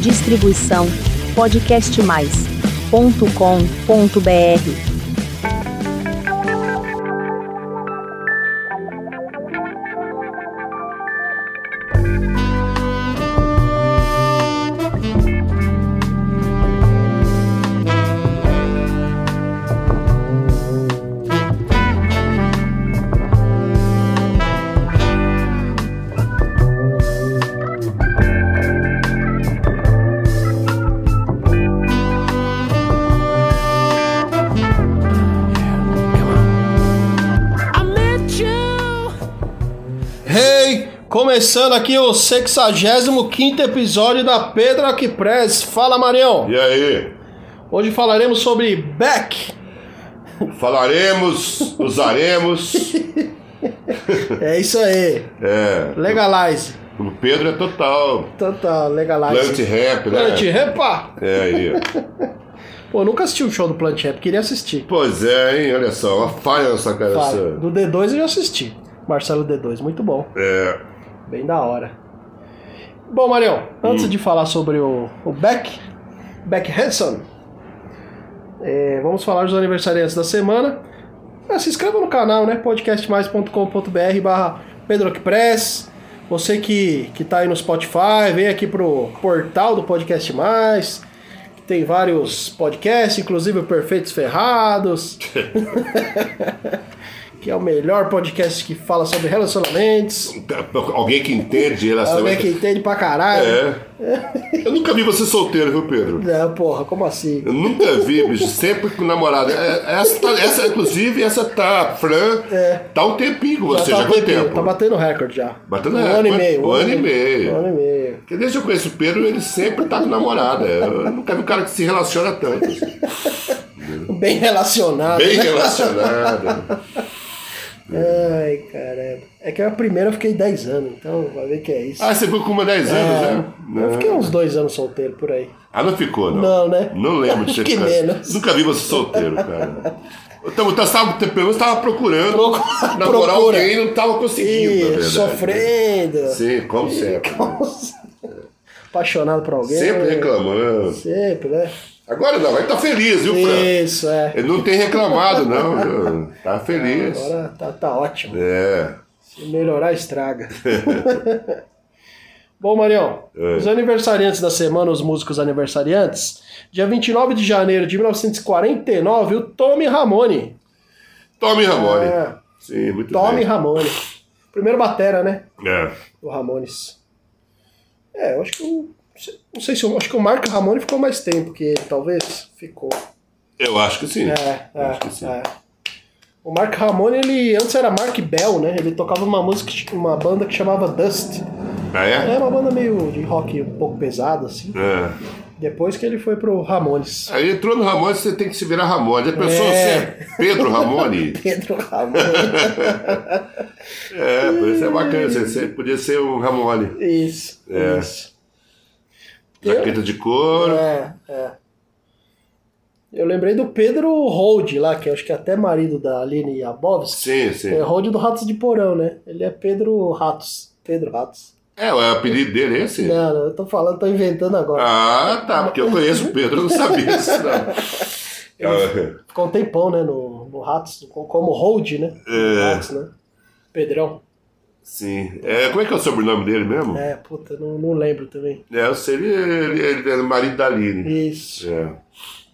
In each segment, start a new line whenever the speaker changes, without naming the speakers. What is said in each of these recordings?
Distribuição podcastmais.com.br.
Hey! Começando aqui o 65 episódio da Pedra que Press. Fala, Marião!
E aí?
Hoje falaremos sobre Beck.
Falaremos, usaremos.
É isso aí.
É.
Legalize.
O Pedro é total.
Tanta
Plant
legalize.
rap, né?
Plant Repa!
É aí. ó.
Pô, eu nunca assisti um show do Plant Rap, queria assistir.
Pois é, hein? Olha só, uma falha nessa cara.
Fala,
Essa...
do D2 eu já assisti. Marcelo D2, muito bom.
É.
Bem da hora. Bom, Marião, antes
Hum.
de falar sobre o, o Beck, Beck Hanson, é, vamos falar dos aniversariantes da semana. Ah, se inscreva no canal, né? podcastmais.com.br barra pedroquepress. Você que, que tá aí no Spotify, vem aqui pro portal do Podcast Mais, que tem vários podcasts, inclusive o Perfeitos Ferrados, que é o melhor podcast que fala sobre relacionamentos. É
Alguém que entende relação.
Alguém que entende pra caralho.
É. Eu nunca vi você solteiro, viu, Pedro?
Não, porra, como assim?
Eu nunca vi, bicho. Sempre com namorada. É, Essa, tá- essa, inclusive, essa tá, Fran.
É.
Tá um tempinho com você,
tá
já quanto
batendo-
tempo?
Tá batendo recorde já.
Batendo
um
recorde,
Ano e meio.
um ano e meio.
Um ano e meio.
Porque desde que eu conheço o Pedro, ele sempre tá com namorada. Eu nunca vi um cara que se relaciona tanto. assim.
Bem relacionado.
Bem
né?
relacionado.
Ai, caramba. É que a primeira eu fiquei 10 anos, então vai ver que é isso. Ah,
Ah, você ficou com uma 10 anos, né?
Eu fiquei uns dois anos solteiro por aí.
Ah, não ficou, não?
Não, né?
Não lembro de ter
Que
ficado.
menos.
Nunca vi você solteiro, cara. Então, tá, sabe, pelo menos tava procurando
Procura-
namorar
procura.
alguém e não tava conseguindo, na
E
verdade.
sofrendo.
Sim, como sempre.
Apaixonado por alguém.
Sempre né, reclamando.
Sempre, né?
Agora não, ele tá feliz, viu, Fran?
Isso, é.
Ele não tem reclamado, não. Tá feliz.
Agora tá, tá ótimo.
É.
Se melhorar, estraga. Bom, Marião,
É.
os aniversariantes da semana, os músicos aniversariantes, dia 29 de janeiro de 1949, o Tommy Ramone.
Tommy Ramone.
É.
Sim, muito
Tommy
bem.
Ramone. Primeiro batera, né?
É.
Do Ramones. É, eu acho que o. Não sei se eu acho que o Marco Ramone ficou mais tempo que ele, talvez. Ficou.
Eu acho que sim.
É,
Eu acho que sim.
é, é. O Mark Ramone, ele antes era Mark Bell, né? Ele tocava uma música, uma banda que chamava Dust.
Ah, é?
É uma banda meio de rock um pouco pesado, assim.
É.
Depois que ele foi pro Ramones.
Aí entrou no Ramone, você tem que se virar Ramone. A pessoa,
É.
você é Pedro Ramone?
Pedro Ramones.
É, por isso é bacana. Você, você podia ser um Ramone.
isso,
É.
isso.
Jaqueta de couro.
É, é. Eu lembrei do Pedro Hold lá, que eu acho que é até marido da Aline Abovski.
Sim, sim.
É Hold do Ratos de Porão, né? Ele é Pedro Ratos. Pedro Ratos.
É, o apelido dele é esse?
Não, não, eu tô falando, tô inventando agora.
Ah, tá, porque eu conheço o Pedro, eu não sabia disso, não. É,
Ficou um tempão, né, no, no Ratos, co- como Hold, né?
É.
Ratos, né? Pedrão.
sim. É, como é que é o sobrenome dele mesmo?
É, puta, não, não lembro também.
É, eu sei, ele, ele, ele é marido da Aline.
Isso,
É.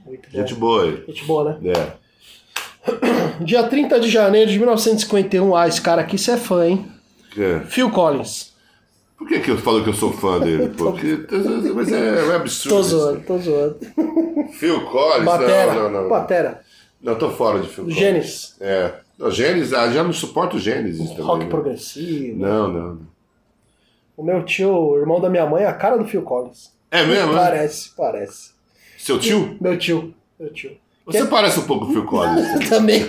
muito bom.
Gente boa ele.
Gente boa, né?
É.
Dia 30 de janeiro de 1951. Ah, esse cara aqui você é fã, hein?
é.
Phil Collins.
Por que, que eu falo que eu sou fã dele? pô? Porque, mas é, é absurdo.
Tô
isso.
zoando, tô zoando.
Phil Collins?
Batera,
Não, não, não.
Batera.
Não, tô fora de Phil
Do
Collins.
Gênesis.
É. Não, Gênesis, ah, já não suporto Gênesis também.
Rock
né?
progressivo.
Não, não.
O meu tio, o irmão da minha mãe, é a cara do Phil Collins.
É mesmo? né?
Parece, parece.
Seu tio?
Meu tio, meu tio.
Você parece um pouco o Phil Collins.
Também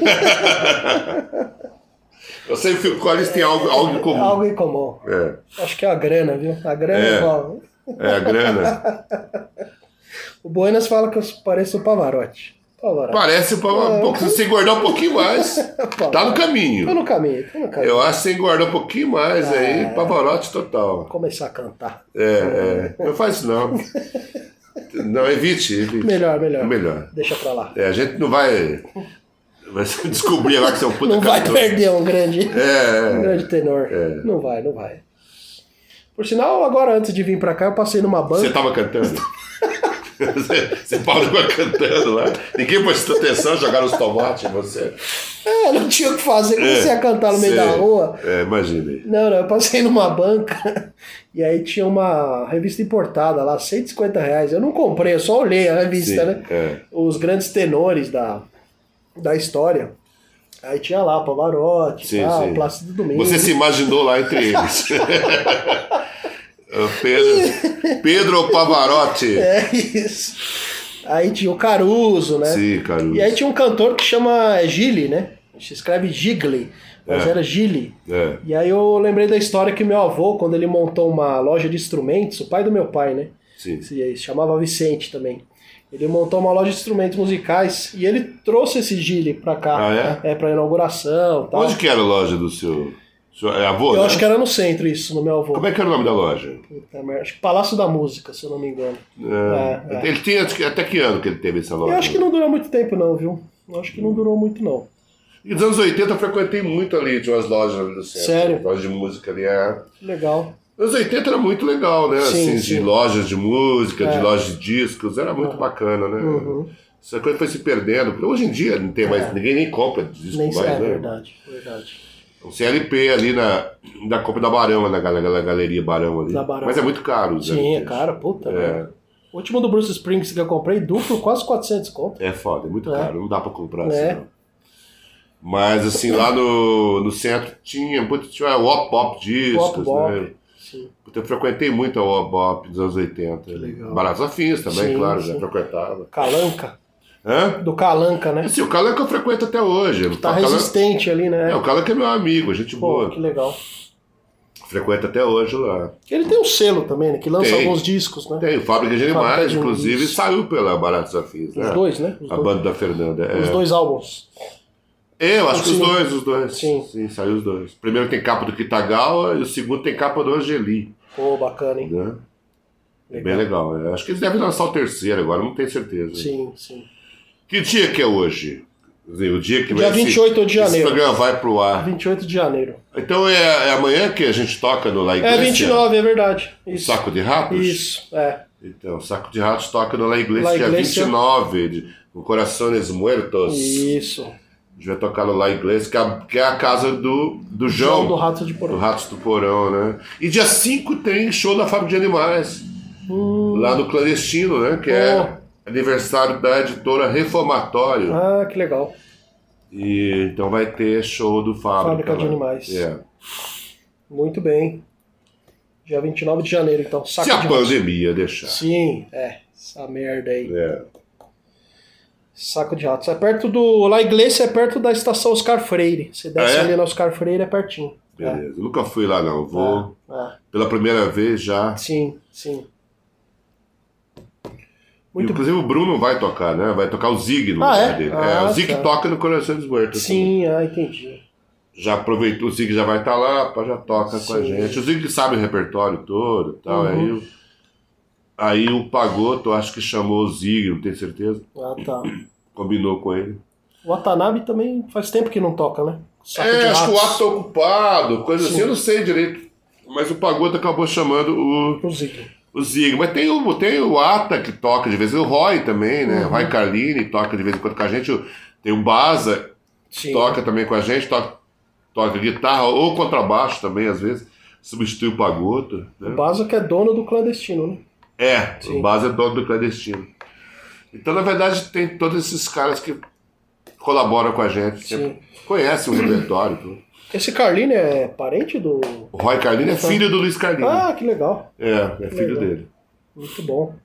Eu sei que o Phil Collins tem algo, algo em
é
comum.
algo em comum.
É.
Acho que é a grana, viu? A grana é
É.
igual.
É a grana.
O Buenas fala que eu pareço o Pavarotti. Pavarotti.
Parece um pouco- um pouco. Se você engordar um pouquinho mais, tá no
Tô
caminho.
no caminho, tô no caminho.
Eu acho que você engordar um pouquinho
Ah.
mais aí, Pavarotti total.
Vou começar a cantar.
É, é. Não faz isso não. Não, evite. evite.
Melhor, melhor.
Melhor.
Deixa pra lá.
É, a gente não vai. Vai se descobrir lá que você é um puta
Não vai
cantor.
perder um grande, um
É, é.
grande tenor.
É.
Não vai, não vai. Por sinal, agora antes de vir pra cá, eu passei numa
Você
banca.
tava cantando? Você, você parou cantando lá. Ninguém prestou atenção, jogaram os tomates em você.
É, não tinha o que fazer,
É,
comecei a cantar no meio
Você-
da rua.
É, imaginei.
Não, não, eu passei numa banca e aí tinha uma revista importada lá, 150 reais. Eu não comprei, eu só olhei a revista,
Sim,
né?
é.
Os grandes tenores da, da história. Aí tinha lá Pavarotti,
Sim,
tal,
sim.
Plácido Domingos.
Você se imaginou lá entre eles. O Pedro, Pedro Pavarotti.
É isso. Aí tinha o Caruso, né?
Sim, Caruso.
E aí tinha um cantor que chama é, Gili, né? Se escreve Gigli, mas
É.
era Gili.
É.
E aí eu lembrei da história que meu avô, quando ele montou uma loja de instrumentos, o pai do meu pai, né?
Sim.
Se se chamava Vicente também. Ele montou uma loja de instrumentos musicais e ele trouxe esse Gili pra cá.
Ah,
é? pra inauguração e tal.
Onde que era a loja do seu, seu é, avô?
eu
né?
acho que era no centro isso, no meu avô.
Como é que era o nome da loja?
Puta merda. Acho que Palácio da Música, se eu não me engano.
É,
É, é.
Ele tinha até que ano que ele teve essa loja?
Eu acho que não durou muito tempo, não, viu? Eu acho que não durou muito, não.
E nos anos 80 eu frequentei muito ali, tinha umas lojas ali do centro.
Sério?
Lojas de música ali, é.
Legal.
Anos 80 era muito legal, né?
Sim,
assim,
sim.
de lojas de música,
É.
de lojas de discos, era muito bacana, né?
Uhum. É.
Essa coisa foi se perdendo. porque Hoje em dia não tem mais, ninguém nem compra disco
Nem
mais,
sei, é
né? Um
verdade, verdade.
O CLP ali na, na compra da Barão, na, gal- na galeria Barão ali.
Da Barão.
Mas é muito caro, os
Sim, é
LPs.
caro, puta.
É,
merda. O último do Bruce Springs que eu comprei, duplo, quase 400 conto.
é foda, é muito
É.
caro, não dá pra comprar
É.
assim, não. Mas assim, lá no, no centro tinha, putz, tinha o Op Pop
Pop,
Discos,
bop.
né?
Sim.
Puta, Eu frequentei muito a Op Pop dos anos 80.
legal.
Baratos afins também,
Sim,
claro, já
sim.
frequentava.
Calanca.
Hã?
Do Calanca, né?
Assim, o Calanca eu frequento até hoje.
Tá
o Calanca-
resistente ali, né?
É, o Calanca é meu amigo, gente
Pô,
boa.
que legal.
Frequento até hoje lá.
Ele tem um selo também, né? Que lança
Tem.
alguns discos, né?
Tem o Fábrica de Animais,
de
inclusive,
Animais.
saiu pela Baratos Afins, né?
Os dois, né? Os
A
dois,
banda da Fernanda. É.
os dois álbuns.
Eu acho que os
Sim.
dois, os dois.
Sim.
saiu os dois. O primeiro tem capa do Kitagawa e o segundo tem capa do Angeli.
Pô, bacana, hein?
Né? É Bem legal. é. Acho que eles devem lançar o terceiro agora, não tenho certeza.
Sim, sim.
Que dia que é hoje? Quer dizer, O dia que
Dia
vai esse-
28 de
Esse
janeiro.
programa vai pro ar.
28 de janeiro.
Então é, é amanhã que a gente toca no La
É
Iglesia?
29, é verdade.
O
Isso.
Saco de Ratos?
Isso, é.
Então, Saco de Ratos toca no La Iglesia, é
La
dia
Iglesia.
29, de com Corações Muertos.
Isso.
A gente vai tocar no La Iglesia, que é a, que é a casa do, do João,
João do Rato de
do
Porão.
Ratos do Porão, né? E dia 5 tem show da Fábrica de Animais,
Hum.
lá no Clandestino, né? Que é aniversário da editora Reformatório.
Ah, que legal.
E, então vai ter show do Fábrica.
Fábrica de
lá.
Animais.
É.
Muito bem. Dia 29 de janeiro, então.
Se
Saco
a
de
pandemia deixar.
Sim, é. Essa merda aí.
É.
Saco de ratos. É perto do. Lá Iglesia é perto da estação Oscar Freire. Você desce
Ah, é?
ali na Oscar Freire, é pertinho.
Beleza. Nunca fui lá, não. Vou
É,
pela primeira vez já.
é. Sim, sim. Muito bom.
Inclusive o Bruno vai tocar, né? Vai tocar o Zig no
Ah,
lugar
é?
dele.
Ah,
é, o Zig
tá.
toca no Coração dos Muertos. também.
Sim, ah, entendi.
Já aproveitou, o Zig já vai estar lá, pá, já toca com a
Sim.
gente. O Zig sabe o repertório todo e tal.
Uhum.
Aí, o- aí o Pagoto, acho que chamou o Zig, não tenho certeza.
Ah, tá.
Combinou com ele.
O Watanabe também faz tempo que não toca, né? Saco de
é, acho que o
ratos.
ato tá ocupado, coisa
Sim.
assim, eu não sei direito. Mas o Pagoto acabou chamando o,
Inclusive.
o Zig. Mas tem o, tem o Ata que toca de vez em quando, o Roy também,
Uhum.
né? Roy Carlini toca de vez em quando com a gente. o- Tem o Baza,
Sim.
toca também com a gente, toca, toca guitarra ou contrabaixo também, às vezes, substitui o Pagoto.
O
Né?
Baza que é dono do clandestino, né?
É,
Sim.
o Base é dono do clandestino. Então, na verdade, tem todos esses caras que colaboram com a gente,
Sim.
que conhecem o repertório. tudo.
Esse Carlino é parente do.
O Roy Carlini é
Tá.
filho do Luiz Carlini.
Ah, que legal.
é, é filho
legal.
dele.
Muito bom.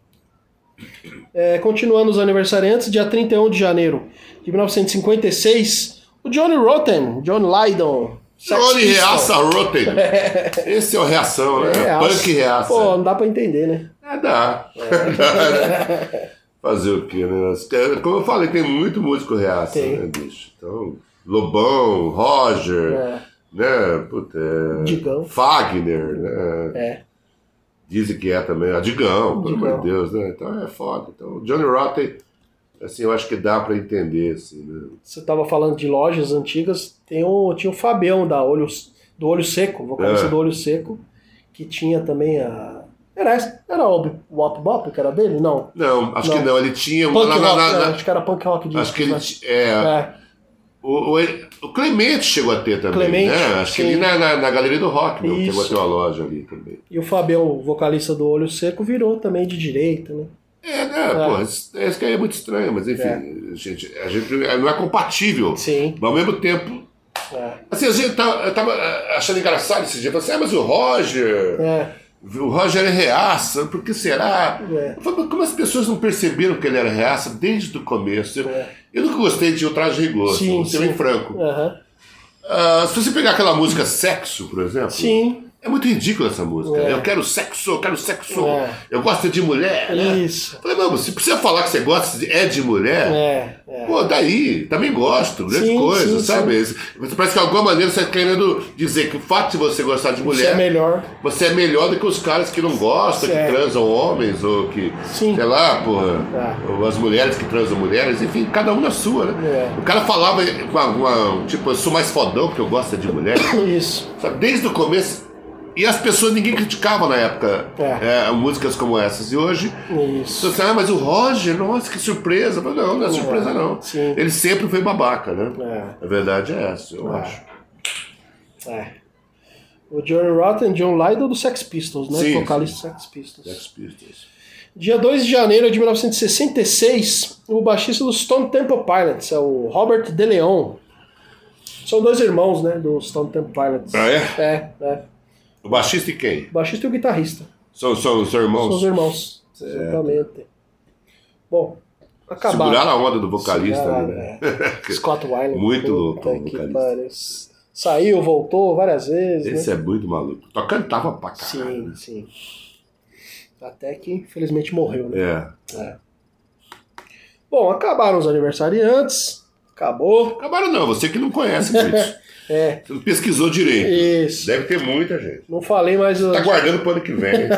É, continuando os aniversariantes, dia 31 de janeiro de 1956, o Johnny Rotten, John Lydon. Sex
Johnny
Pistol.
Reaça Rotten. Esse é o Reação, né?
Reaça.
Punk Reaça.
Pô, não dá pra entender, né?
É, dá. Fazer o quê, né? As- é, Como eu falei, tem muito músico reaça,
Tem.
né, bicho? Então, Lobão, Roger,
É,
né? Puta, é,
Digão.
Fagner, né?
É.
Dizem que é também. A Digão, pelo
Digão.
amor de Deus, né? Então é foda. Então, o Johnny Rotten, assim, eu acho que dá pra entender, assim, né?
Você tava falando de lojas antigas, tem um, tinha o Fabião da Olho, do Olho Seco, vocalista
É.
do Olho Seco, que tinha também a. Era, essa, era o Wop Bop, que era dele? Não.
Não, acho
Não.
que não. Ele tinha.
Punk
lá na-
Rock,
na-
né?
na-
acho que era Punk Rock disco,
acho que ele.
né?
ti- É,
É,
O, o, o Clemente chegou a ter também,
Clemente,
né? Acho que
sim.
ele na, na, na Galeria do Rock mesmo, chegou a
Isso.
ter uma loja ali também.
E o Fabião, o vocalista do Olho Seco, virou também de direita, né?
É, né? Pô, isso, isso que aí é muito estranho, mas enfim,
É.
a gente, a gente não é compatível.
Sim.
Mas ao mesmo tempo.
É.
Assim, a gente tá, eu tava ah, achando engraçado esse dia. Falei assim, ah, mas o Roger.
É.
O Roger é reaça, por que será?
É.
Eu falei, mas como as pessoas não perceberam que ele era reaça desde o começo? Eu,
É.
eu nunca gostei de Ultraje Rigor,
Sim,
vou ser bem
sim.
franco.
Aham.
Ah, se você pegar aquela música Sexo, por exemplo,
Sim.
é muito ridícula essa música.
É.
Eu quero sexo, eu quero sexo,
É.
eu gosto de mulher. Né?
Isso.
Falei, não, se você falar que você gosta de- é de mulher,
É. é.
pô, daí, também gosto, grande
Sim,
coisa,
sim,
sabe? Você parece que de alguma maneira você está querendo dizer que o fato de você gostar de
Isso é
mulher,
melhor.
você é melhor do que os caras que não gostam,
Certo.
que transam homens, ou que,
Sim.
sei lá, porra,
É.
ou as mulheres que transam mulheres, enfim, cada um na sua, né?
É.
O cara falava, com a- com a- tipo, eu sou mais fodão porque eu gosto de mulher.
Isso.
Sabe, desde o começo. E as pessoas ninguém criticava na época
É.
é, músicas como essas. E hoje,
Isso.
você fala, ah, mas o Roger, nossa, que surpresa. Mas não, não é surpresa não.
Sim.
Ele sempre foi babaca, né?
É.
A verdade é essa, eu acho.
É. O Johnny Rotten, John Lydon do Sex Pistols, né?
Sim,
Vocalista do Sex Pistols.
Sex Pistols.
Dia 2 de janeiro de 1966, o baixista do Stone Temple Pilots, é o Robert De Leon. São dois irmãos, né, do Stone Temple Pilots.
Ah, é?
É, é.
O baixista e quem?
O baixista e o guitarrista.
São, são, são
São os
irmãos.
irmãos. Exatamente. Bom, acabaram.
Seguraram a onda do vocalista
Cara,
ali, né?
é. Scott Weiland.
Muito
Puta
louco o
que
vocalista.
pariu. Saiu, voltou várias vezes. né?
Esse é muito maluco. Só cantava pra caralho.
Sim, sim. Até que infelizmente morreu, né?
É.
Bom, acabaram os aniversariantes. Acabou.
Acabaram não, você que não conhece isso.
É,
Você não pesquisou direito.
isso.
Deve ter muita gente.
Não falei mais,
Tá guardando pro ano que vem.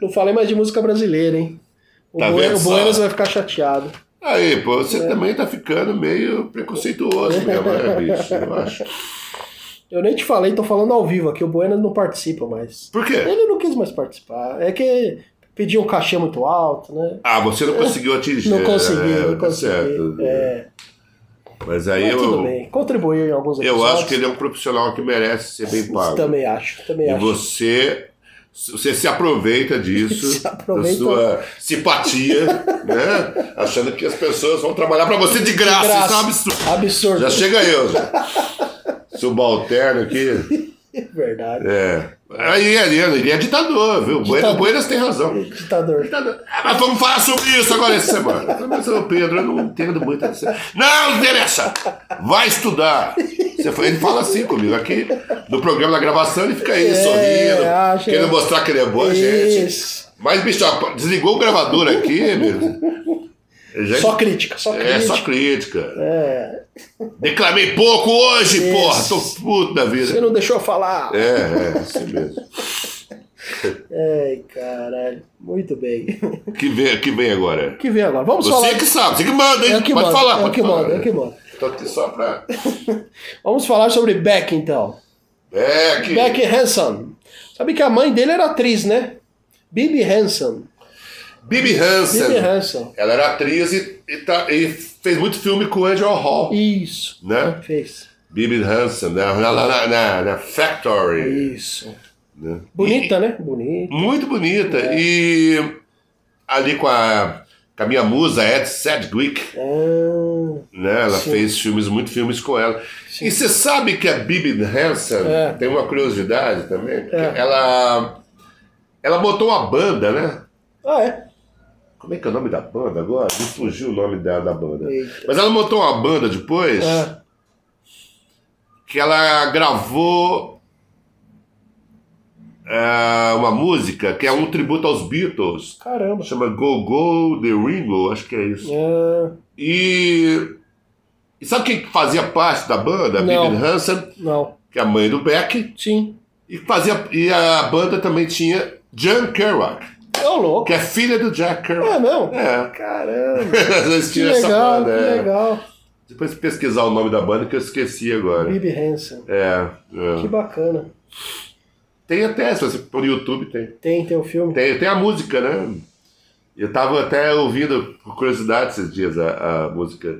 não falei mais de música brasileira, hein? O,
Tá
Bueno-
vendo
o
só?
Buenas vai ficar chateado.
Aí, pô, você
É.
também tá ficando meio preconceituoso mesmo, né, bicho? Eu acho.
Eu nem te falei, tô falando ao vivo aqui. O Buenas não participa mais.
Por quê?
Ele não quis mais participar. É que pediu um cachê muito alto, né?
Ah, você não conseguiu atingir.
Não consegui,
é,
não
tá
consegui.
certo.
É,
Mas aí
mas tudo
eu,
bem. Contribuiu em alguns
eu
episódios.
acho que ele é um profissional que merece ser bem pago.
Também acho, também
E
acho.
você, você se aproveita disso,
Se aproveita.
da sua simpatia, né? Achando que as pessoas vão trabalhar pra você de graça.
Graça.
Isso é um absurdo.
Absurdo.
Já chega eu, já. Subalterno aqui.
Verdade.
É. Aí, Ariano, ele é ditador, viu? O Buenas,
Ditador.
Buenas tem razão.
Ditador.
Ditador. Ah, mas vamos falar sobre isso agora essa semana. Mas, ô Pedro, eu não entendo muito disso. Não, interessa! Vai estudar! Você foi- Ele fala assim comigo aqui, no programa da gravação, ele fica aí
É,
sorrindo,
acha-
querendo mostrar que ele é bom, gente.
Isso.
Mas, bicho, ó, desligou o gravador aqui, meu. Já-
Só crítica, só crítica.
é só crítica.
É,
Declamei pouco hoje,
Isso.
porra. Tô puto da vida.
Você não deixou eu falar.
É, é, isso mesmo.
Ai, caralho. Muito bem.
O que vem, que vem agora?
O que vem agora? Vamos
Você
falar.
que sabe, você que manda, hein?
É o que
pode
manda,
falar,
é o
pode
que
falar.
manda, é o que manda.
Tô aqui só pra.
Vamos falar sobre Beck, então.
É, que.
Beck Hanson. Sabe que a mãe dele era atriz, né? Bibi Hanson.
Bibi Hansen.
Bibi Hanson.
Ela era atriz e, e tá- e fez muito filme com o Andrew Hall,
Isso.
né?
Fez.
Bibi Hansen, na, na, na- na- na Factory.
Isso.
né?
Bonita, né? Bonita.
E- muito bonita.
É.
E ali com a, com a minha musa, Ed Sedgwick,
Ah,
né? Ela
Sim.
fez filmes, muito filmes com ela.
Sim.
E você sabe que a Bibi Hansen
É.
tem uma curiosidade também. porque
É.
Ela, ela botou uma banda, né?
ah é?
Como é que é o nome da banda agora? Me fugiu o nome da, da banda.
Eita.
Mas ela montou uma banda depois
Ah,
que ela gravou ah, uma música que é um tributo aos Beatles.
caramba.
Chama Go Go The Ringo, acho que é isso.
Ah,
E, e sabe quem que fazia parte da banda? A
Não.
Bibi Hansen,
não.
que é a mãe do Beck,
Sim.
E, fazia, e a banda também tinha Jan Kerouac,
É o louco.
que é filha do
É
Jack Kerouac.
mesmo?
É.
Caramba.
Eles
Que
tinham essa
legal, que
banda, é.
legal.
Depois pesquisar o nome da banda que eu esqueci agora.
Bibi Hansen.
É,
Que
é.
bacana.
Tem até, se você pôr no YouTube, tem.
Tem, tem o filme.
Tem, tem a música, né? Eu tava até ouvindo, por curiosidade, esses dias a, a música.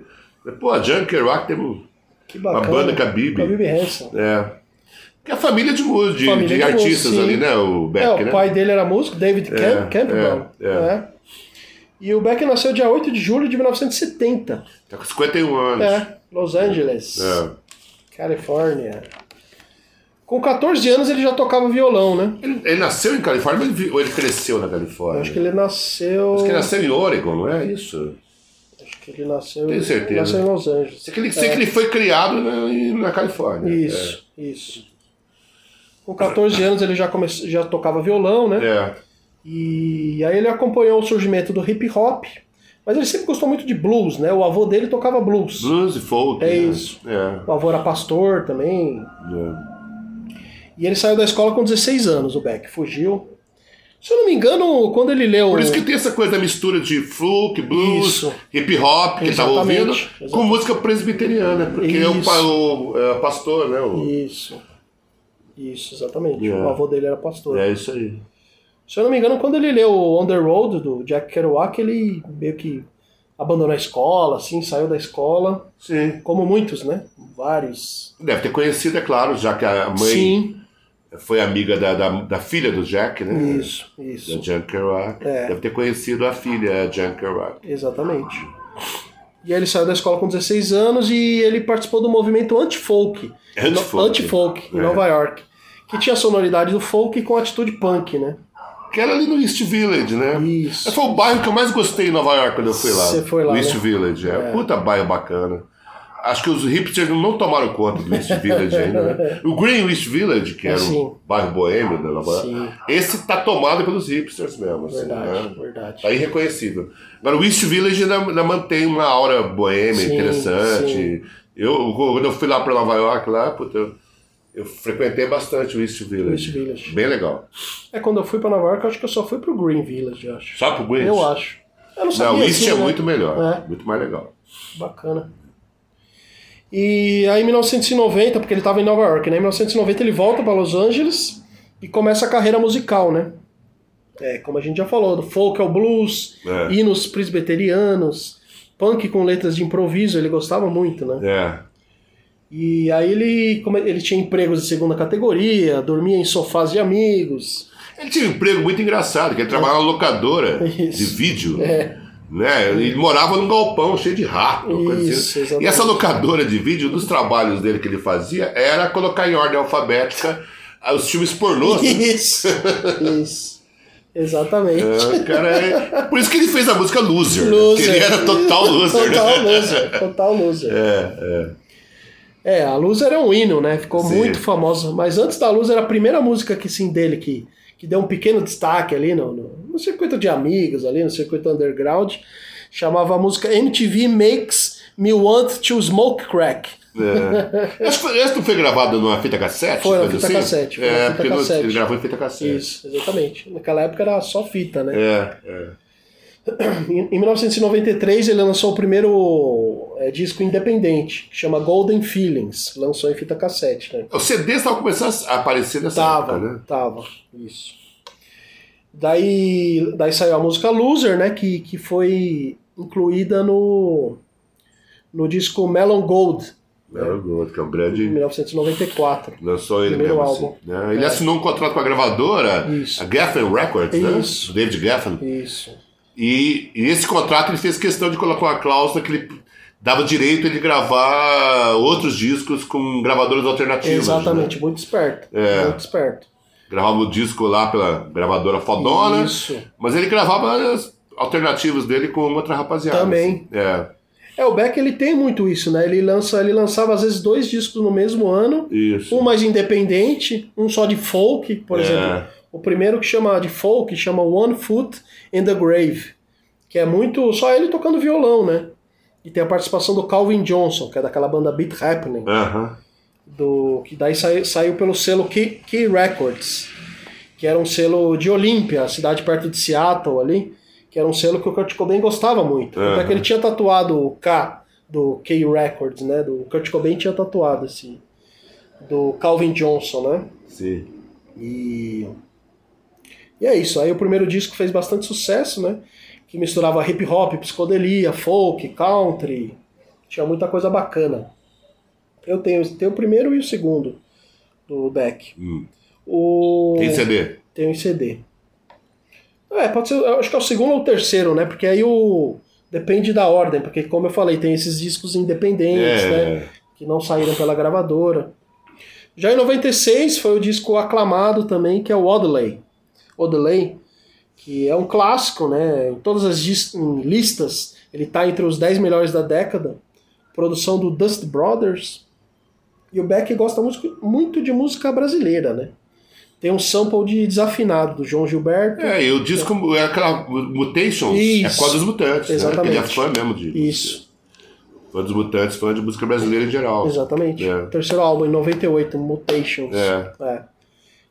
Pô, a Junker Rock tem um-
Que
uma
bacana.
banda com a Bibi.
Com a Bibi Hansen.
É. Que é a família de, mu- de,
Família
de
de
artistas
música,
ali,
sim.
né? O Beck,
É, o
né?
pai dele era músico, David Camp,
É,
Campbell.
é, é.
né? E o Beck nasceu dia 8 de julho de 1970.
Tá com 51 anos.
É, Los Angeles,
É.
Califórnia. Com 14 anos ele já tocava violão, né?
Ele, ele nasceu em Califórnia mas ele vi- ou ele cresceu na
Eu
Califórnia?
acho que ele nasceu.
Acho que ele nasceu em Oregon, não é isso?
Acho que ele nasceu.
Tenho certeza.
ele nasceu em Los Angeles. É.
Sei que ele, sei que ele foi criado na, em- na Califórnia.
Isso, isso. Com 14 anos ele já, come... já tocava violão, né?
É. É.
E aí ele acompanhou o surgimento do hip hop, mas ele sempre gostou muito de blues, né? O avô dele tocava blues.
Blues e folk.
É
né?
isso.
É.
O avô era pastor também.
É.
E ele saiu da escola com 16 anos, o Beck, fugiu. Se eu não me engano, quando ele leu.
Por isso que tem essa coisa da mistura de folk, blues,
É. Isso.
hip hop que estava
Exatamente,
ouvindo, com
exatamente.
música presbiteriana, porque é o,
Isso.
pa- o é, pastor, né? o-
Isso. Isso, exatamente.
É.
O avô dele era pastor.
É isso aí.
Se eu não me engano, quando ele leu On the Road do Jack Kerouac, ele meio que abandonou a escola, assim, saiu da escola.
Sim.
Como muitos, né? Vários.
Deve ter conhecido, é claro, já que a mãe
Sim,
foi amiga da, da, da filha do Jack, né?
isso, isso.
Da Jan Kerouac.
É.
Deve ter conhecido a filha, a Jan Kerouac.
Exatamente. E aí ele saiu da escola com 16 anos e ele participou do movimento anti-folk.
Anti-folk.
No- Anti-folk, em
É.
Nova York. Que tinha a sonoridade do folk com atitude punk, né?
Que era ali no East Village, né?
Isso.
Foi o bairro que eu mais gostei em Nova York quando eu fui lá.
Você foi lá,
O
né?
East Village, é. Puta bairro bacana. Acho que os hipsters não tomaram conta do East Village ainda. Né? O Green East Village, que era
Sim.
o bairro boêmio da Nova
Sim.
York, esse tá tomado pelos hipsters mesmo. assim,
Verdade,
né?
verdade.
Tá irreconhecível. Agora, o East Village ainda, ainda mantém uma aura boêmia
Sim,
interessante. Eu, quando eu fui lá pra Nova York, lá, puta, eu, eu frequentei bastante o East Village.
East Village.
Bem legal.
É quando eu fui pra Nova York, eu acho que eu só fui pro Green Village, eu acho.
Só pro Green?
Eu acho. Eu não sabia.
Não, o East
assim,
é
né?
muito melhor.
É.
Muito mais legal.
Bacana. E aí, em 1990, porque ele estava em Nova York, né? Em 1990 ele volta para Los Angeles e começa a carreira musical, né? É, como a gente já falou, do folk ao blues,
É.
hinos presbiterianos, punk com letras de improviso, ele gostava muito, né?
É.
E aí ele, come- ele tinha empregos de segunda categoria, dormia em sofás de amigos.
Ele tinha um emprego muito engraçado, que ele trabalhava na locadora
Isso.
de vídeo.
É.
Né? Ele morava num galpão cheio de rato. coisa
Isso,
assim. E
exatamente.
essa locadora de vídeo, um dos trabalhos dele que ele fazia, era colocar em ordem alfabética os filmes assim. pornôs.
Isso. Isso. Exatamente.
É, o cara é- Por isso que ele fez a música Loser. né?
Loser.
Porque Ele era total loser. né?
Total loser, total loser.
É, é.
É, a Loser é um hino, né? Ficou
Sim.
muito famosa. Mas antes da Loser, a primeira música que sim dele que, que deu um pequeno destaque ali no, no, no circuito de amigos, ali no circuito underground, chamava a música MTV Makes Me Want to Smoke Crack.
É. Acho que foi- Essa não foi gravada numa fita cassete?
Foi na
coisa
fita cassete, foi na
É,
fita
porque não-
cassete.
ele gravou em fita cassete.
Isso, exatamente. Naquela época era só fita, né?
É, é.
Em, em 1993 ele lançou o primeiro é, disco independente, que chama Golden Feelings. Lançou em fita cassete, né?
Os CDs estavam começando a aparecer nessa
Tava,
época, né?
tava, isso. Daí, daí saiu a música Loser, né? Que, que foi incluída no, no disco Melon Gold,
Era o Gold, que é um
de
grande.
1994.
Lançou ele
Primeiro
mesmo.
álbum.
Assim, né? Ele
É.
assinou um contrato com a gravadora,
Isso.
a Geffen Records,
Isso.
né? David Geffen.
Isso.
E, e esse contrato ele fez questão de colocar uma cláusula que ele dava direito a ele gravar outros discos com gravadoras alternativas.
Exatamente, muito esperto.
né? É.
Muito esperto.
né? Gravava o disco lá pela gravadora Fodona,
Isso.
mas ele gravava as alternativas dele com outra rapaziada.
Também.
assim. É,
É, o Beck ele tem muito isso, né? Ele, lança, ele lançava às vezes dois discos no mesmo ano.
isso.
Um mais independente, um só de folk, por
É.
exemplo. O primeiro que chama de folk chama One Foot in the Grave, que é muito só ele tocando violão, né? E tem a participação do Calvin Johnson, que é daquela banda Beat Happening.
Aham.
do que daí saiu, saiu pelo selo Key, Key Records, que era um selo de Olímpia, cidade perto de Seattle ali, que era um selo que o Kurt Cobain gostava muito. Tanto é que ele tinha tatuado o K do Key Records, né? Do o Kurt Cobain tinha tatuado esse do Calvin Johnson, né?
Sim.
E e é isso. Aí o primeiro disco fez bastante sucesso, né? Que misturava hip hop, psicodelia, folk, country. Tinha muita coisa bacana. Eu tenho, tenho o primeiro e o segundo do Beck.
Hum.
O...
Tem CD.
Tem um CD. É, pode ser. eu Acho que é o segundo ou o terceiro, né? Porque aí o. Depende da ordem, porque como eu falei, tem esses discos independentes, né?
É.
Que não saíram pela gravadora. Já em 96 foi o disco aclamado também, que é o Odelay. Odelay, que é um clássico, né? Em todas as dis- em listas, ele tá entre os 10 melhores da década. Produção do Dust Brothers. E o Beck gosta muito- muito de música brasileira, né? Tem um sample de desafinado do João Gilberto.
É, e o disco é aquela Mutations, é
Isso.
qual dos mutantes,
Exatamente.
né? Ele é fã mesmo de.
Isso,
Fã dos mutantes, fã de música brasileira em geral.
exatamente.
É.
Terceiro álbum, em 98, Mutations.
É.
É.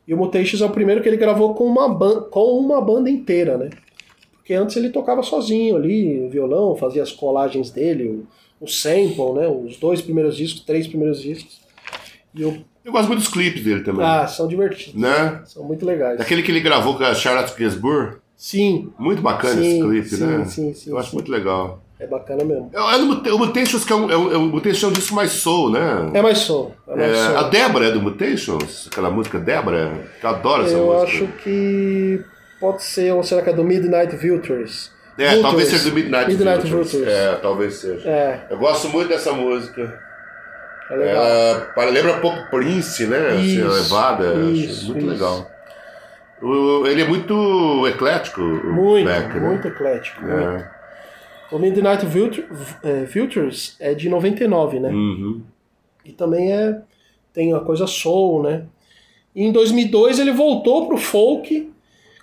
E o Mutations é o primeiro que ele gravou com uma, ban com uma banda inteira, né? Porque antes ele tocava sozinho ali, o violão, fazia as colagens dele, o, o sample, né? Os dois primeiros discos, três primeiros discos. E o...
Eu gosto muito dos clipes dele também.
Ah, são divertidos.
Hum. Né?
São muito legais.
Daquele que ele gravou com a Charlotte Gainsbourg.
Sim,
Muito bacana
Sim,
esse clipe,
sim,
né?
sim, sim,
Eu acho
sim.
muito legal.
é bacana mesmo.
É, é do Mut- o Mutations que é um, é um, é um- Mutations é um disco mais soul, né?
É mais som. É mais
É,
som.
a Débora é do Mutations? Aquela música Débora? Eu adoro essa
Eu
música.
acho que pode ser, ou será que é do Midnight Vultures?
É,
Vultures.
talvez seja do Midnight,
Midnight
Vultures.
Vultures.
É, talvez seja.
É,
Eu gosto muito dessa música.
é legal.
Ela pare- lembra um pouco Prince, né? Assim,
Isso,
elevada. Acho
isso,
muito
isso.
legal. O- ele é muito eclético, o
muito,
Beck, né?
muito eclético. muito.
É.
O Midnight Vulture- é, Vultures é de 99, né?
Uhum.
E também é tem uma coisa soul, né? E em 2002 ele voltou pro folk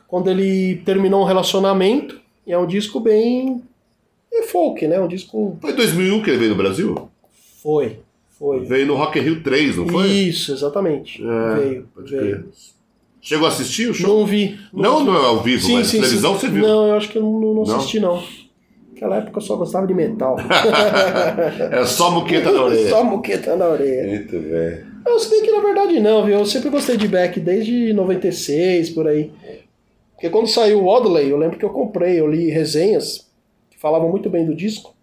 quando ele terminou um relacionamento e é um disco bem é folk, né? Um disco
Foi em 2001 que ele veio no Brasil?
foi, foi.
Veio no Rock in Rio 3, não foi?
Isso, exatamente.
É,
veio,
Pode
veio.
crer. Chegou a assistir o show?
Não vi.
Não, não é ao vivo, mas na televisão você viu.
Não, eu acho que eu não, não
Não?
assisti, não. Naquela época eu só gostava de metal.
É só muqueta na orelha.
Só moqueta na orelha.
Eita, velho.
Eu sei que na verdade não, viu? Eu sempre gostei de Beck, desde 96, por aí. Porque quando saiu o Odelay, eu lembro que eu comprei, eu li resenhas que falavam muito bem do disco.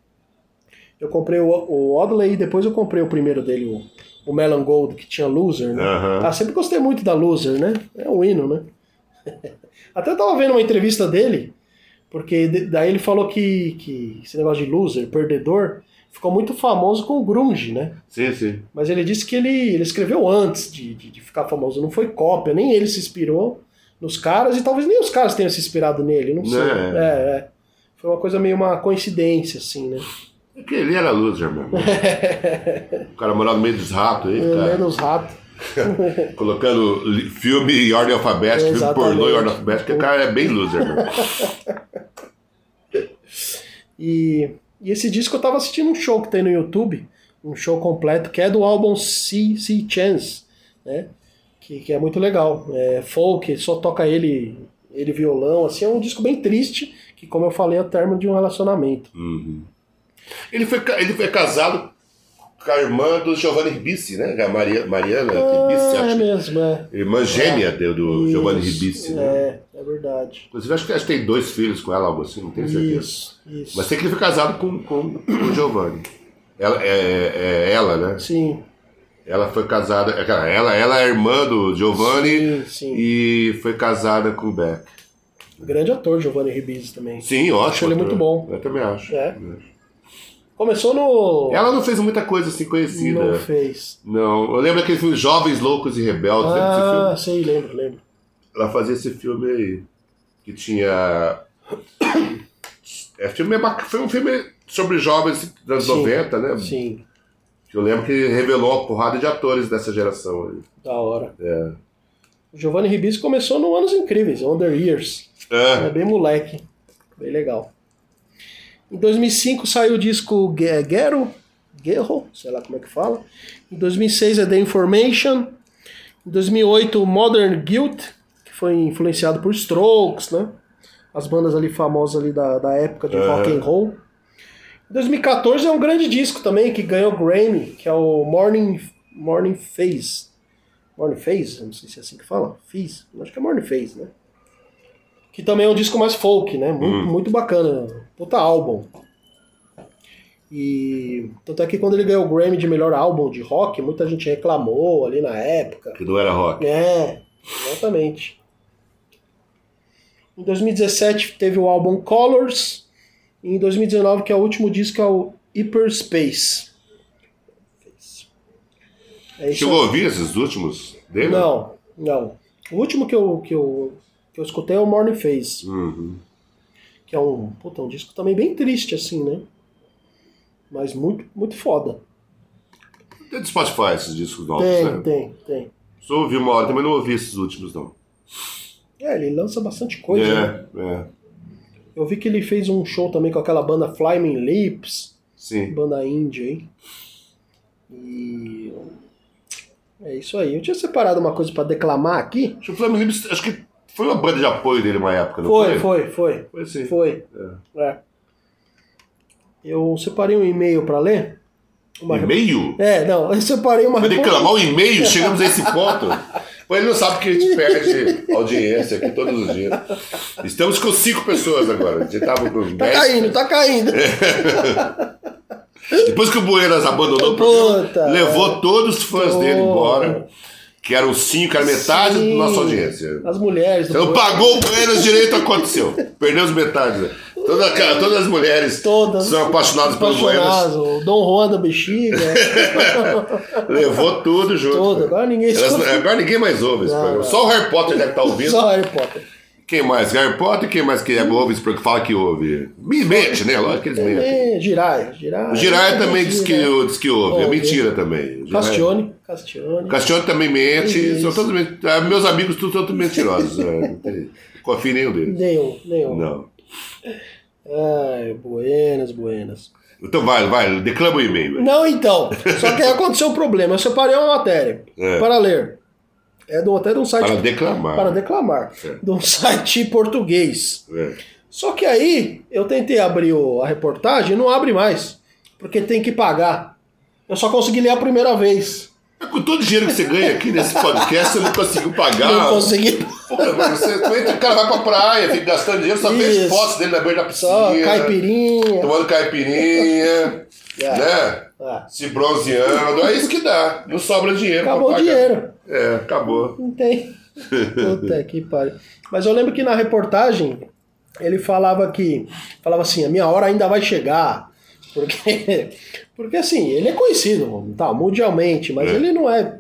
Eu comprei o, o Odelay e depois eu comprei o primeiro dele, o, o Melon Gold, que tinha Loser, né?
Aham.
Ah, sempre gostei muito da Loser, né? É um hino, né? Até eu tava vendo uma entrevista dele, porque de- daí ele falou que, que esse negócio de loser, perdedor, ficou muito famoso com o Grunge, né?
Sim, sim.
Mas ele disse que ele, ele escreveu antes de, de, de ficar famoso, não foi cópia, nem ele se inspirou nos caras, e talvez nem os caras tenham se inspirado nele, não sei.
Né?
É, é. Foi uma coisa meio uma coincidência, assim, né?
É que ele era loser mesmo. o cara morava no meio dos ratos aí,
Pelo
cara.
menos rato.
Colocando li- filme em ordem alfabética, filme
Exatamente.
pornô em ordem alfabética. O cara é bem loser mesmo.
E, e esse disco eu tava assistindo um show que tem no YouTube, um show completo, que é do álbum Sea, sea Chance, né? Que, que é muito legal. É folk, só toca ele, ele violão, assim, é um disco bem triste, que como eu falei, é o término de um relacionamento.
Uhum. Ele, foi, ca- ele foi casado com a irmã do Giovanni Ribisi, né? A Maria, Mariana Ribisi,
é
acho.
mesmo, é.
Irmã gêmea do, do
Isso,
Giovanni Ribisi, né?
É, é verdade.
Inclusive, acho que, acho que tem dois filhos com ela, algo assim, não tenho certeza.
Isso, isso.
Mas sei que ele foi casado com, com, com o Giovanni. Ela, é, é- é ela, né?
Sim,
Ela foi casada. é, cara, Ela, ela é irmã do Giovanni
sim, sim.
e foi casada com o Beck.
Grande ator, Giovanni Ribisi também.
Sim, ótimo.
Acho ele
ator.
muito bom.
Eu também acho.
É. Começou no...
Ela não fez muita coisa assim conhecida.
Não
Não,
fez.
eu lembro aquele filme Jovens Loucos e Rebeldes. lembra desse filme?
Ah, sei, lembro, lembro.
Ela fazia esse filme aí. Que tinha. É, filme bac- Foi um filme sobre jovens dos anos
Sim,
90, né?
Sim,
Eu lembro que revelou uma porrada de atores dessa geração aí.
da hora.
É.
O Giovanni Ribisi começou no Anos Incríveis, Under Years. É
É.
bem moleque, bem legal. Em 2005 saiu o disco Ge- Gero, Guerro, sei lá como é que fala. Em 2006 é The Information. Em 2008, Modern Guilt, que foi influenciado por Strokes, né? As bandas ali famosas ali da, da época de
É.
rock and roll. Em 2014 é um grande disco também, que ganhou o Grammy, que é o Morning, Morning Phase. Morning Phase? Eu Não sei se é assim que fala. Phase? Eu Acho que é Morning Phase, né? Que também é um disco mais folk, né? Muito, muito bacana. Puta álbum. E tanto é que quando ele ganhou o Grammy de melhor álbum de rock, muita gente reclamou ali na época.
Que não era rock.
É, exatamente. Em 2017 teve o álbum Colors. E em 2019, que é o último disco, é o Hyperspace. É isso
Chegou a ouvir esses últimos
aí.
dele?
Não, não. O último que eu, que eu, que eu escutei é o Morning Face
Uhum.
que é um, puta, um disco também bem triste, assim, né? Mas muito, muito foda.
Tem do Spotify esses discos novos,
tem,
né?
tem, tem.
Só ouvi uma hora, também não ouvi esses últimos, não.
É, ele lança bastante coisa. né?
é, é.
Eu vi que ele fez um show também com aquela banda Flaming Lips,
Sim.
banda índia, hein? E. É isso aí. Eu tinha separado uma coisa pra declamar aqui.
Acho que o Flamengo Lips, acho que foi uma banda de apoio dele uma época, não
Foi,
foi?
foi, foi.
Foi assim. sim.
Foi. É. Eu separei um e-mail pra ler. Uma-
E-mail?
É, não, eu separei uma.
Vai declamar o e-mail? Chegamos a esse ponto? Mas ele não sabe que a gente perde audiência aqui todos os dias. Estamos com cinco pessoas agora. A gente tava com
Tá
dez.
caindo, tá caindo.
É, Depois que o Buenas abandonou o programa,
Puta,
levou todos os fãs
Tô.
dele embora, que eram cinco, que era metade
Sim.
da nossa audiência.
As mulheres. do
Você não
Buenas-
pagou É o Buenas direito, aconteceu. Perdemos metade. Toda, cara, todas as mulheres
Todas.
são apaixonadas pelo Buenas.
Apaixonado, o Dom Juan da Bexiga.
Levou tudo junto.
Tudo, agora ninguém
Elas- é
escuta.
agora ninguém mais ouve esse
Não,
programa.
não.
Só o Harry Potter deve estar ouvindo.
Só Harry Potter.
Quem mais? Harry Potter, quem mais que é, ouve esse programa? que Fala que ouve. Me mente, né? Lógico que eles mentem.
É, Jiraya, Jiraya.
O Girai também diz que, diz que ouve. É
Ouve.
mentira também. O Jiraiya-
Castione, Castione.
Castione também mente.
Isso.
São todos, men- ah, meus amigos todos são todos mentirosos. né? Não tem- Confio em nenhum deles.
Nenhum, nenhum.
Não.
Ai, buenas, buenas.
Então vai, vai, declama o e-mail. velho.
Não, então. Só que aí aconteceu um problema. Eu separei uma matéria
É.
para ler. É de um- até de um site.
Para declamar. É.
Para declamar.
Certo.
De um site português.
É.
Só que aí eu tentei abrir o- a reportagem e não abre mais. Porque tem que pagar. Eu só consegui ler a primeira vez.
Mas Com todo o dinheiro que você ganha aqui nesse podcast, você não conseguiu pagar.
Não consegui.
Pô, mas você, tu entra, o cara vai pra praia, fica gastando dinheiro, só vê
Isso.
fotos dele na beira da
Só
piscina.
caipirinha.
Tomando caipirinha,
É.
né?
Ah,
Se bronzeando. É isso que dá. Não sobra dinheiro. pra
acabou o
pagar.
dinheiro.
É, acabou.
Não tem. Puta que pariu. Mas eu lembro que na reportagem ele falava que. Falava assim, a minha hora ainda vai chegar. Porque, porque assim, ele é conhecido, tá, mundialmente, mas
É.
ele não é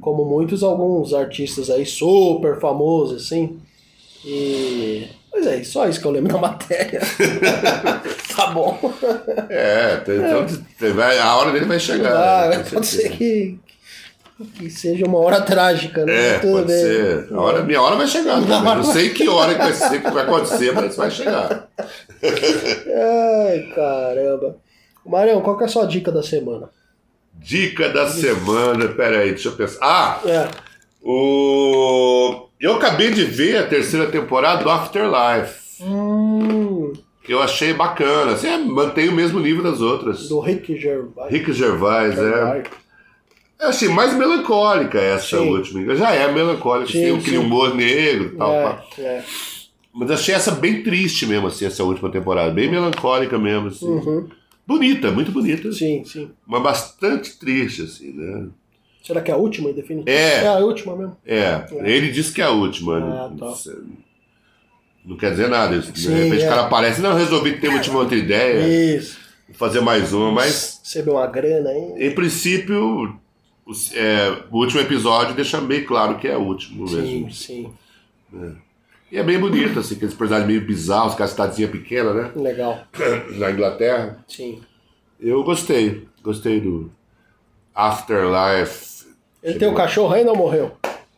como muitos alguns artistas aí super famosos, assim. E. Pois é, só isso que eu lembro da matéria. tá bom.
É, tem- então, tem- vai- a hora dele vai chegar.
Ah,
né? Com
pode
certeza.
ser que, que seja uma hora trágica, né?
É, pode ser. A hora, minha hora vai chegar. também. Não sei que hora que vai ser, que vai acontecer, mas vai chegar.
Ai, caramba. Marião, qual que é a sua dica da semana?
Dica da semana. Pera aí, deixa eu pensar. Ah,
É.
o... eu acabei de ver a terceira temporada do Afterlife.
Hum,
que eu achei bacana. Assim, é, mantém o mesmo nível das outras.
do Rick Gervais.
Rick Gervais, é. Eu achei mais melancólica essa
Sim.
última. Já é melancólica,
Sim,
tem aquele
sim.
humor negro e tal. pá.
É, é.
Mas achei essa bem triste mesmo, assim, essa última temporada. Bem melancólica mesmo, assim.
Uhum.
Bonita, muito bonita.
Sim, sim.
Mas bastante triste, assim, né?
Será que é a última em definitivo?
É.
É a última mesmo.
É, ele disse que é a última.
Tá. Ah,
né?
tá.
Não quer dizer nada. De
Sim,
repente
é.
o cara aparece, não, eu resolvi ter uma última outra ideia,
Isso.
fazer mais uma, É. mas
Recebeu uma grana aí.
Em princípio, os- é, o último episódio deixa bem claro que é o último
Sim,
mesmo.
sim.
E é bem bonito, assim, aqueles personagens meio bizarros, com a cidadezinha pequena, né?
Legal.
Na Inglaterra.
Sim.
Eu gostei. Gostei do Afterlife.
Ele tem um cachorro ainda ou morreu?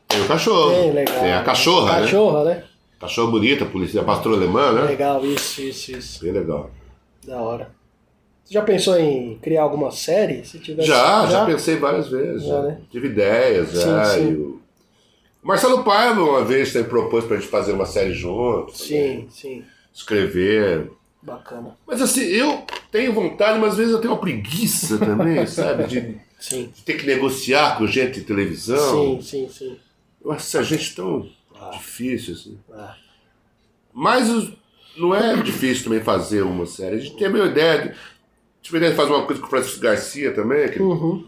Tem o cachorro.
Tem, legal.
Tem a cachorra, né?
Cachorra, né?
Cachorro bonita, polícia, pastor alemã, né?
Legal, isso, isso, isso.
Bem legal.
Da hora. Você já pensou em criar alguma série? Se tivesse,
Já, já, pensei várias vezes.
Já,
já.
né?
Tive ideias.
Sim,
já,
sim.
e o- o Marcelo Paiva, uma vez, também propôs pra gente fazer uma série juntos.
Sim, sim.
Escrever.
Bacana.
Mas assim, eu tenho vontade, mas às vezes eu tenho uma preguiça também, sabe? De
Sim.
ter que negociar com gente de televisão.
Sim, sim, sim.
Nossa, gente tão
Ah.
difícil, assim.
Ah,
Mas os- não é difícil também fazer uma série. A gente tem a minha ideia. De, tive a ideia de fazer uma coisa com o Francisco Garcia também, que
Uhum.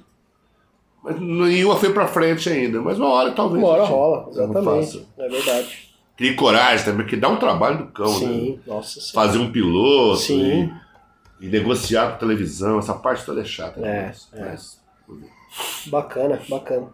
Mas nenhuma foi pra frente ainda. Mas uma hora talvez.
Uma hora
gente.
rola,
Eu não
exatamente.
faço.
É verdade.
Crie coragem também, que dá um trabalho do cão, né?
Sim, nossa senhora.
Fazer um piloto
Sim.
E, e negociar com televisão, essa parte toda é chata.
É,
mas- mas-
Bacana, bacana.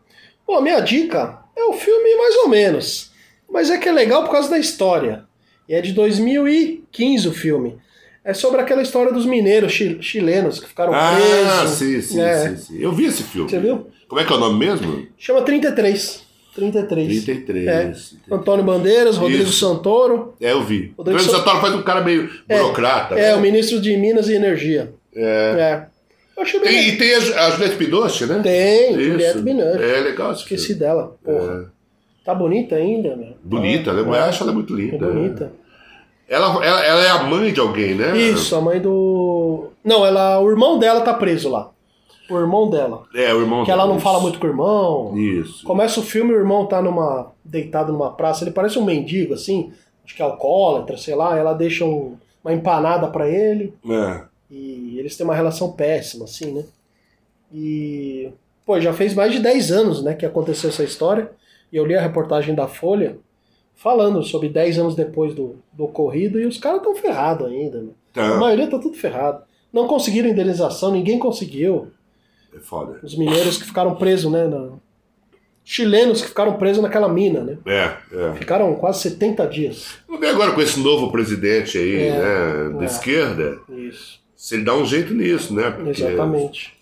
Bom, a minha dica é um filme mais ou menos, mas é que é legal por causa da história. E é de 2015 o filme. É sobre aquela história dos mineiros chi- chilenos que ficaram
Ah,
presos.
sim, sim,
É.
sim, sim. Eu vi esse filme.
um Você viu?
Como é que é o nome mesmo?
Chama 33. 33.
33.
É. Antônio Bandeiras, Rodrigo
Isso.
Santoro.
É, eu vi. O
Rodrigo
Grande
Santoro-
Santoro faz um cara meio burocrata.
É,
né?
o ministro de Minas e Energia. É. Eu achei bem.
Tem- e tem a, a Juliette Binoche, né?
Tem,
Isso.
Juliette Binoche.
É legal esse
Esqueci
filme.
dela. Porra. Tá bonita ainda, né?
Bonita, né? Eu acho ela muito
É
linda. né?
bonita.
Ela, ela, ela é a mãe de alguém, né?
Isso, a mãe do. Não, ela. O irmão dela tá preso lá. O irmão dela.
É, o irmão
Que ela não
isso.
fala muito com o irmão.
Isso.
Começa o filme, o irmão tá numa. deitado numa praça, ele parece um mendigo, assim, acho que é alcoólatra, sei lá, ela deixa um- uma empanada pra ele
É.
e eles têm uma relação péssima, assim, né? E. Pô, já fez mais de 10 anos, né, que aconteceu essa história. E eu li a reportagem da Folha falando sobre 10 anos depois do, do ocorrido e os caras tão ferrados ainda, né? A
Então,
maioria tá tudo ferrado. Não conseguiram indenização, ninguém conseguiu.
é foda.
Os mineiros que ficaram presos, né? na- Chilenos que ficaram presos naquela mina, né?
É, é.
Ficaram quase 70 dias.
Vamos ver agora com esse novo presidente aí,
É,
né? Da
é.
esquerda.
Isso.
Se ele dá um jeito nisso, né? Porque
Exatamente.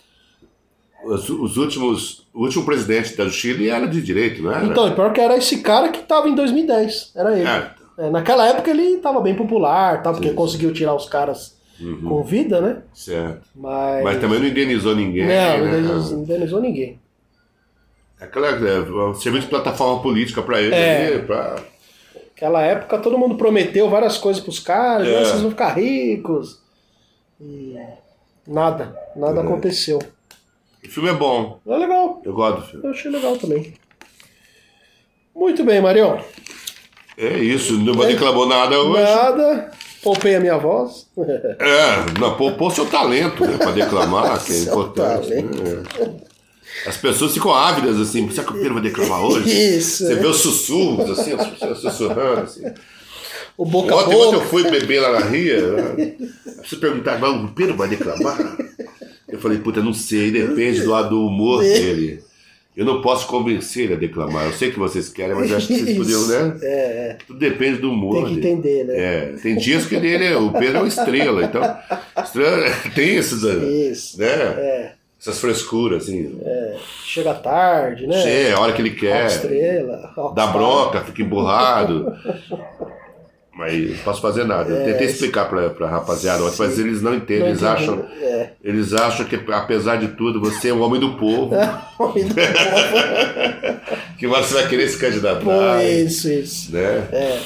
Os, os últimos. O último presidente do Chile era de direito, não era?
Então, e pior que era esse cara que tava em 2010. Era ele.
É, então.
É, naquela época ele tava bem popular, tá? Porque
Sim.
conseguiu tirar os caras
Uhum,
com vida, né?
certo.
Mas.
Mas também não indenizou ninguém.
é não,
né?
não indenizou, indenizou ninguém.
Aquela, é, o serviço de plataforma política pra ele
É.
ali, pra...
Naquela época todo mundo prometeu várias coisas pros caras,
É.
"Ah, vocês vão ficar ricos. E nada, nada
É.
aconteceu.
O filme é bom.
É legal,
Eu gosto do filme.
eu achei legal também. Muito bem, Marião.
É isso, não vai
É.
declamou nada hoje.
Nada, poupei a minha voz.
É, não, poupou seu talento, né? Pra declamar, que é
Seu
importante. né? As pessoas ficam ávidas, assim, será que o Pedro vai declamar hoje?
Isso. é.
Você vê os sussurros, assim, as pessoas sussurrando, assim.
O boca a
Ontem, ontem eu
boca.
fui beber lá na Ria, né? você perguntar, mas o Pedro vai declamar? Eu falei, puta, não sei, depende do, do humor
Né?
dele. Eu não posso convencer ele a declamar. Eu sei que vocês querem, mas eu acho que vocês podiam, né?
É, é,
Tudo depende do humor
tem que
dele.
entender, né?
É, tem dias que ele, ele- o Pedro é uma estrela, então estrela, tem esses,
Isso.
né,
É,
essas frescuras, assim.
chega tarde, né?
É, a hora que ele
Rock
quer,
estrela. rock
dá
star.
bronca, fica emburrado. Mas não posso fazer nada.
É,
Eu tentei explicar pra, pra rapaziada, ontem, mas eles não entendem,
Não
eles
entendi.
acham.
É.
Eles acham que, apesar de tudo, você é um homem do povo, que você vai querer se candidatar,
Pô, isso, isso.
né?
É.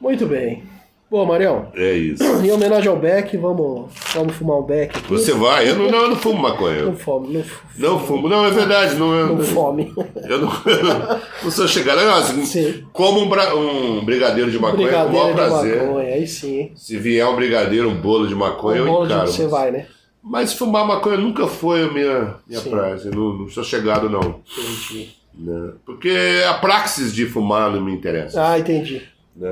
Muito bem. Boa, Marião.
É isso.
Em homenagem ao Beck, vamos, vamos fumar um Beck aqui.
Você vai, eu não, não, eu não fumo
Não
maconha.
fome, não, f-
Não fumo, não, é verdade, não é.
não fome.
Eu não, eu não, não sou chegado. Não, assim,
Sim.
como um, bra- um brigadeiro de maconha, com o maior
Brigadeiro de
prazer.
maconha, aí sim, hein?
Se vier um brigadeiro, um bolo de maconha,
Um
eu
bolo de
encaro.
você vai, né?
Mas fumar maconha nunca foi a minha, minha
Sim.
praia. assim, Não, não sou chegado, não.
Entendi.
né? Porque a praxis de fumar não me interessa.
Ah, entendi.
né?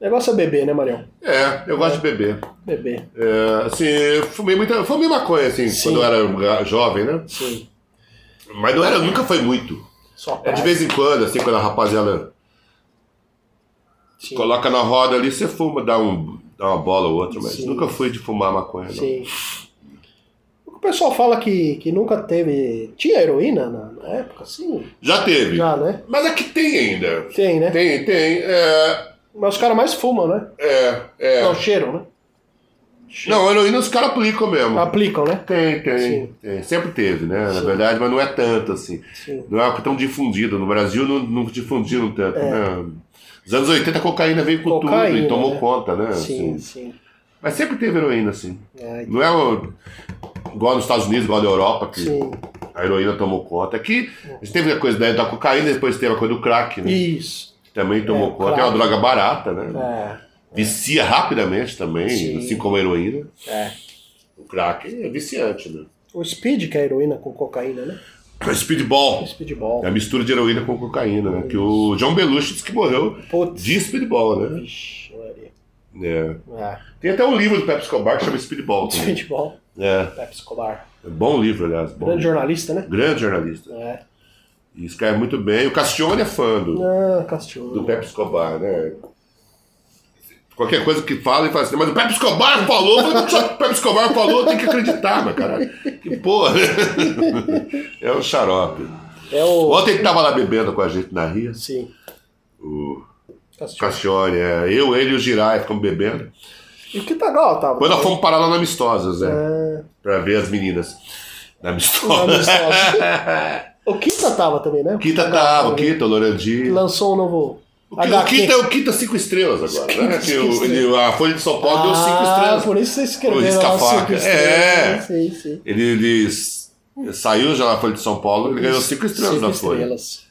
O negócio é beber, né, Marião?
É, eu gosto de beber.
Beber,
É, assim, eu fumei muita. Fumei maconha, assim,
Sim.
quando eu era ga- jovem, né?
sim.
Mas não era, nunca foi muito.
Só
É
praia,
de vez em quando, assim, quando a rapaziada
sim.
Coloca na roda ali, você fuma, dá, um, dá uma bola ou outra, mas
Sim.
nunca fui de fumar maconha, não.
Sim. O pessoal fala que, que nunca teve. Tinha heroína na, na época, sim?
Já teve.
Já, né?
Mas é que tem ainda.
Tem, né?
Tem, tem. É,
Mas os caras mais fumam, né?
é, é.
Não, cheiram, né?
Não, a heroína os caras aplicam mesmo.
Aplicam, né?
Tem, tem,
Sim.
tem. Sempre teve, né? Na
Sim.
verdade, mas não é tanto assim.
Sim.
Não é algo tão difundido. No Brasil não, não difundiram tanto, né? Nos anos 80 a cocaína veio com tudo
É. Cocaína,
e tomou
né?
conta, né?
Sim,
Assim.
sim.
Mas sempre teve heroína, assim.
Ai,
Não é o- igual nos Estados Unidos, igual na Europa, que
Sim.
a heroína tomou conta. Aqui a gente teve a coisa da, da cocaína, depois teve a coisa do crack, né?
Isso.
Que também tomou
É,
conta. É
crack.
uma droga barata, né?
É,
Vicia rapidamente também,
Sim.
assim como a heroína.
é.
O crack é viciante, né?
O speed, que é a heroína com cocaína, né?
Speedball.
Speedball.
É a mistura de heroína com cocaína, né? Que o John Belushi disse que morreu
Putz.
de speedball, né?
Vixe, Maria.
É.
É.
Tem até um livro do Pepsi Escobar que chama Speedball. Também.
Speedball,
É.
Pepe Escobar.
É Bom livro, aliás. Bom.
Grande
livro.
jornalista, né?
Grande jornalista.
É.
E escreve muito bem. O Castione é fã do,
Ah,
do
Castilho.
Pepsi Escobar, né? Qualquer coisa que fala e fala assim, mas o Pepe Escobar falou, eu falei, só que o Pepe Escobar falou, tem que acreditar, mas caralho. Que porra. É um xarope.
É o.
Ontem ele tava lá bebendo com a gente na Ria,
Sim.
o
Castilho.
Castione, é, eu, ele e o Girai ficamos bebendo.
E o que tá igual, Otávio?
Quando nós fomos parar lá na Amistosas, né?
Ah,
Pra ver as meninas. Na
Na
Amistosas.
Amistosas. o Kita tava também, né?
Quinta tava, o Quinta, o Lorandi.
Lançou um novo.
O Qui- o Quinta é o Quinta cinco estrelas agora, né?
Cinco
Que o- ele- a Folha de São Paulo deu cinco
Ah,
estrelas.
por isso você escreveu
Luiz
lá
Cafaca.
cinco estrelas.
É.
Sim, sim.
Ele, ele s- saiu já na Folha de São Paulo, ele ganhou cinco estrelas
Cinco
na Folha.
estrelas.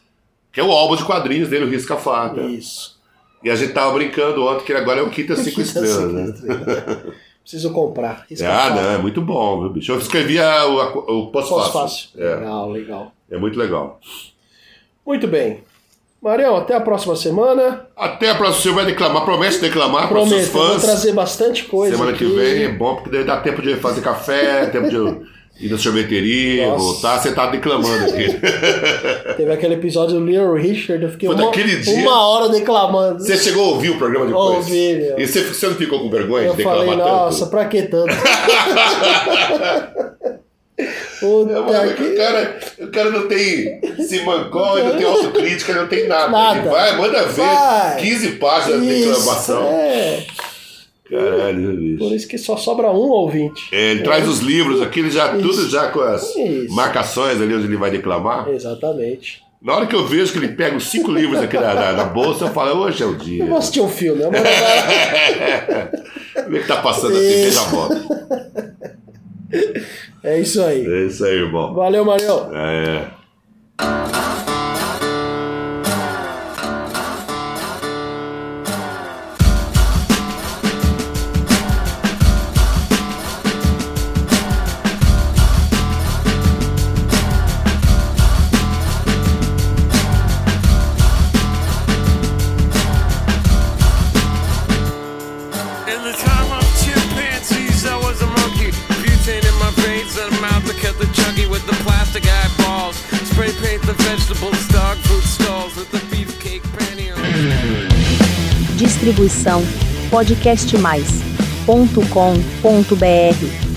Que é o álbum de quadrinhos dele, o Risca Faca.
Isso.
E a gente tava brincando ontem que ele agora é o Quinta cinco
Quinta
estrelas,
cinco
né?
estrelas. Preciso comprar. Isso que eu
Ah,
falo.
não, é muito bom, viu, bicho? Eu escrevi a- o, a- o
Posso
pós-fácil.
fácil.
É,
Legal, legal.
é muito legal.
Muito bem. Marião, até a próxima semana.
Até a próxima, você vai declamar, promete declamar para os seus
Prometo, eu vou
fãs.
trazer bastante coisa.
Semana que
aqui.
vem é bom, porque daí dá tempo de fazer café, tempo de ir na sorveteria,
Nossa.
voltar. Você tá declamando aqui.
Teve aquele episódio do Little Richard, eu fiquei
Foi
uma,
daquele dia-
uma hora declamando.
Você chegou a ouvir o programa depois?
Ouvi, meu.
E você, você não ficou com vergonha
eu
de declamar
falei,
tanto?
nossa, pra que tanto?
É,
Puta
mas o,
que...
cara, o cara não tem se mancou, ele não tem autocrítica, ele não tem nada.
Nada.
Ele vai, manda ver.
Vai.
15 páginas de
Isso,
declamação.
é.
Caralho,
Por
bicho.
isso que só sobra um ouvinte.
É, ele traz os livros aqui, ele já, tudo já com as
Isso.
marcações ali onde ele vai declamar.
Exatamente.
Na hora que eu vejo que ele pega os cinco livros aqui na, na- na bolsa, eu falo, hoje é o dia.
Eu vou assistir um filme, eu vou levar-
Vê que tá passando assim, vem
Isso.
na volta.
É isso aí.
É isso aí, irmão.
Valeu, Marião.
É.
In the time of chimpanzees, I was a monkey. Butane in my veins and a mouth that kept the chunky with the plastic eyeballs. Spray paint the vegetables, dog food stalls with the beefcake panty on.
Distribuição podcast podcastmais.com.br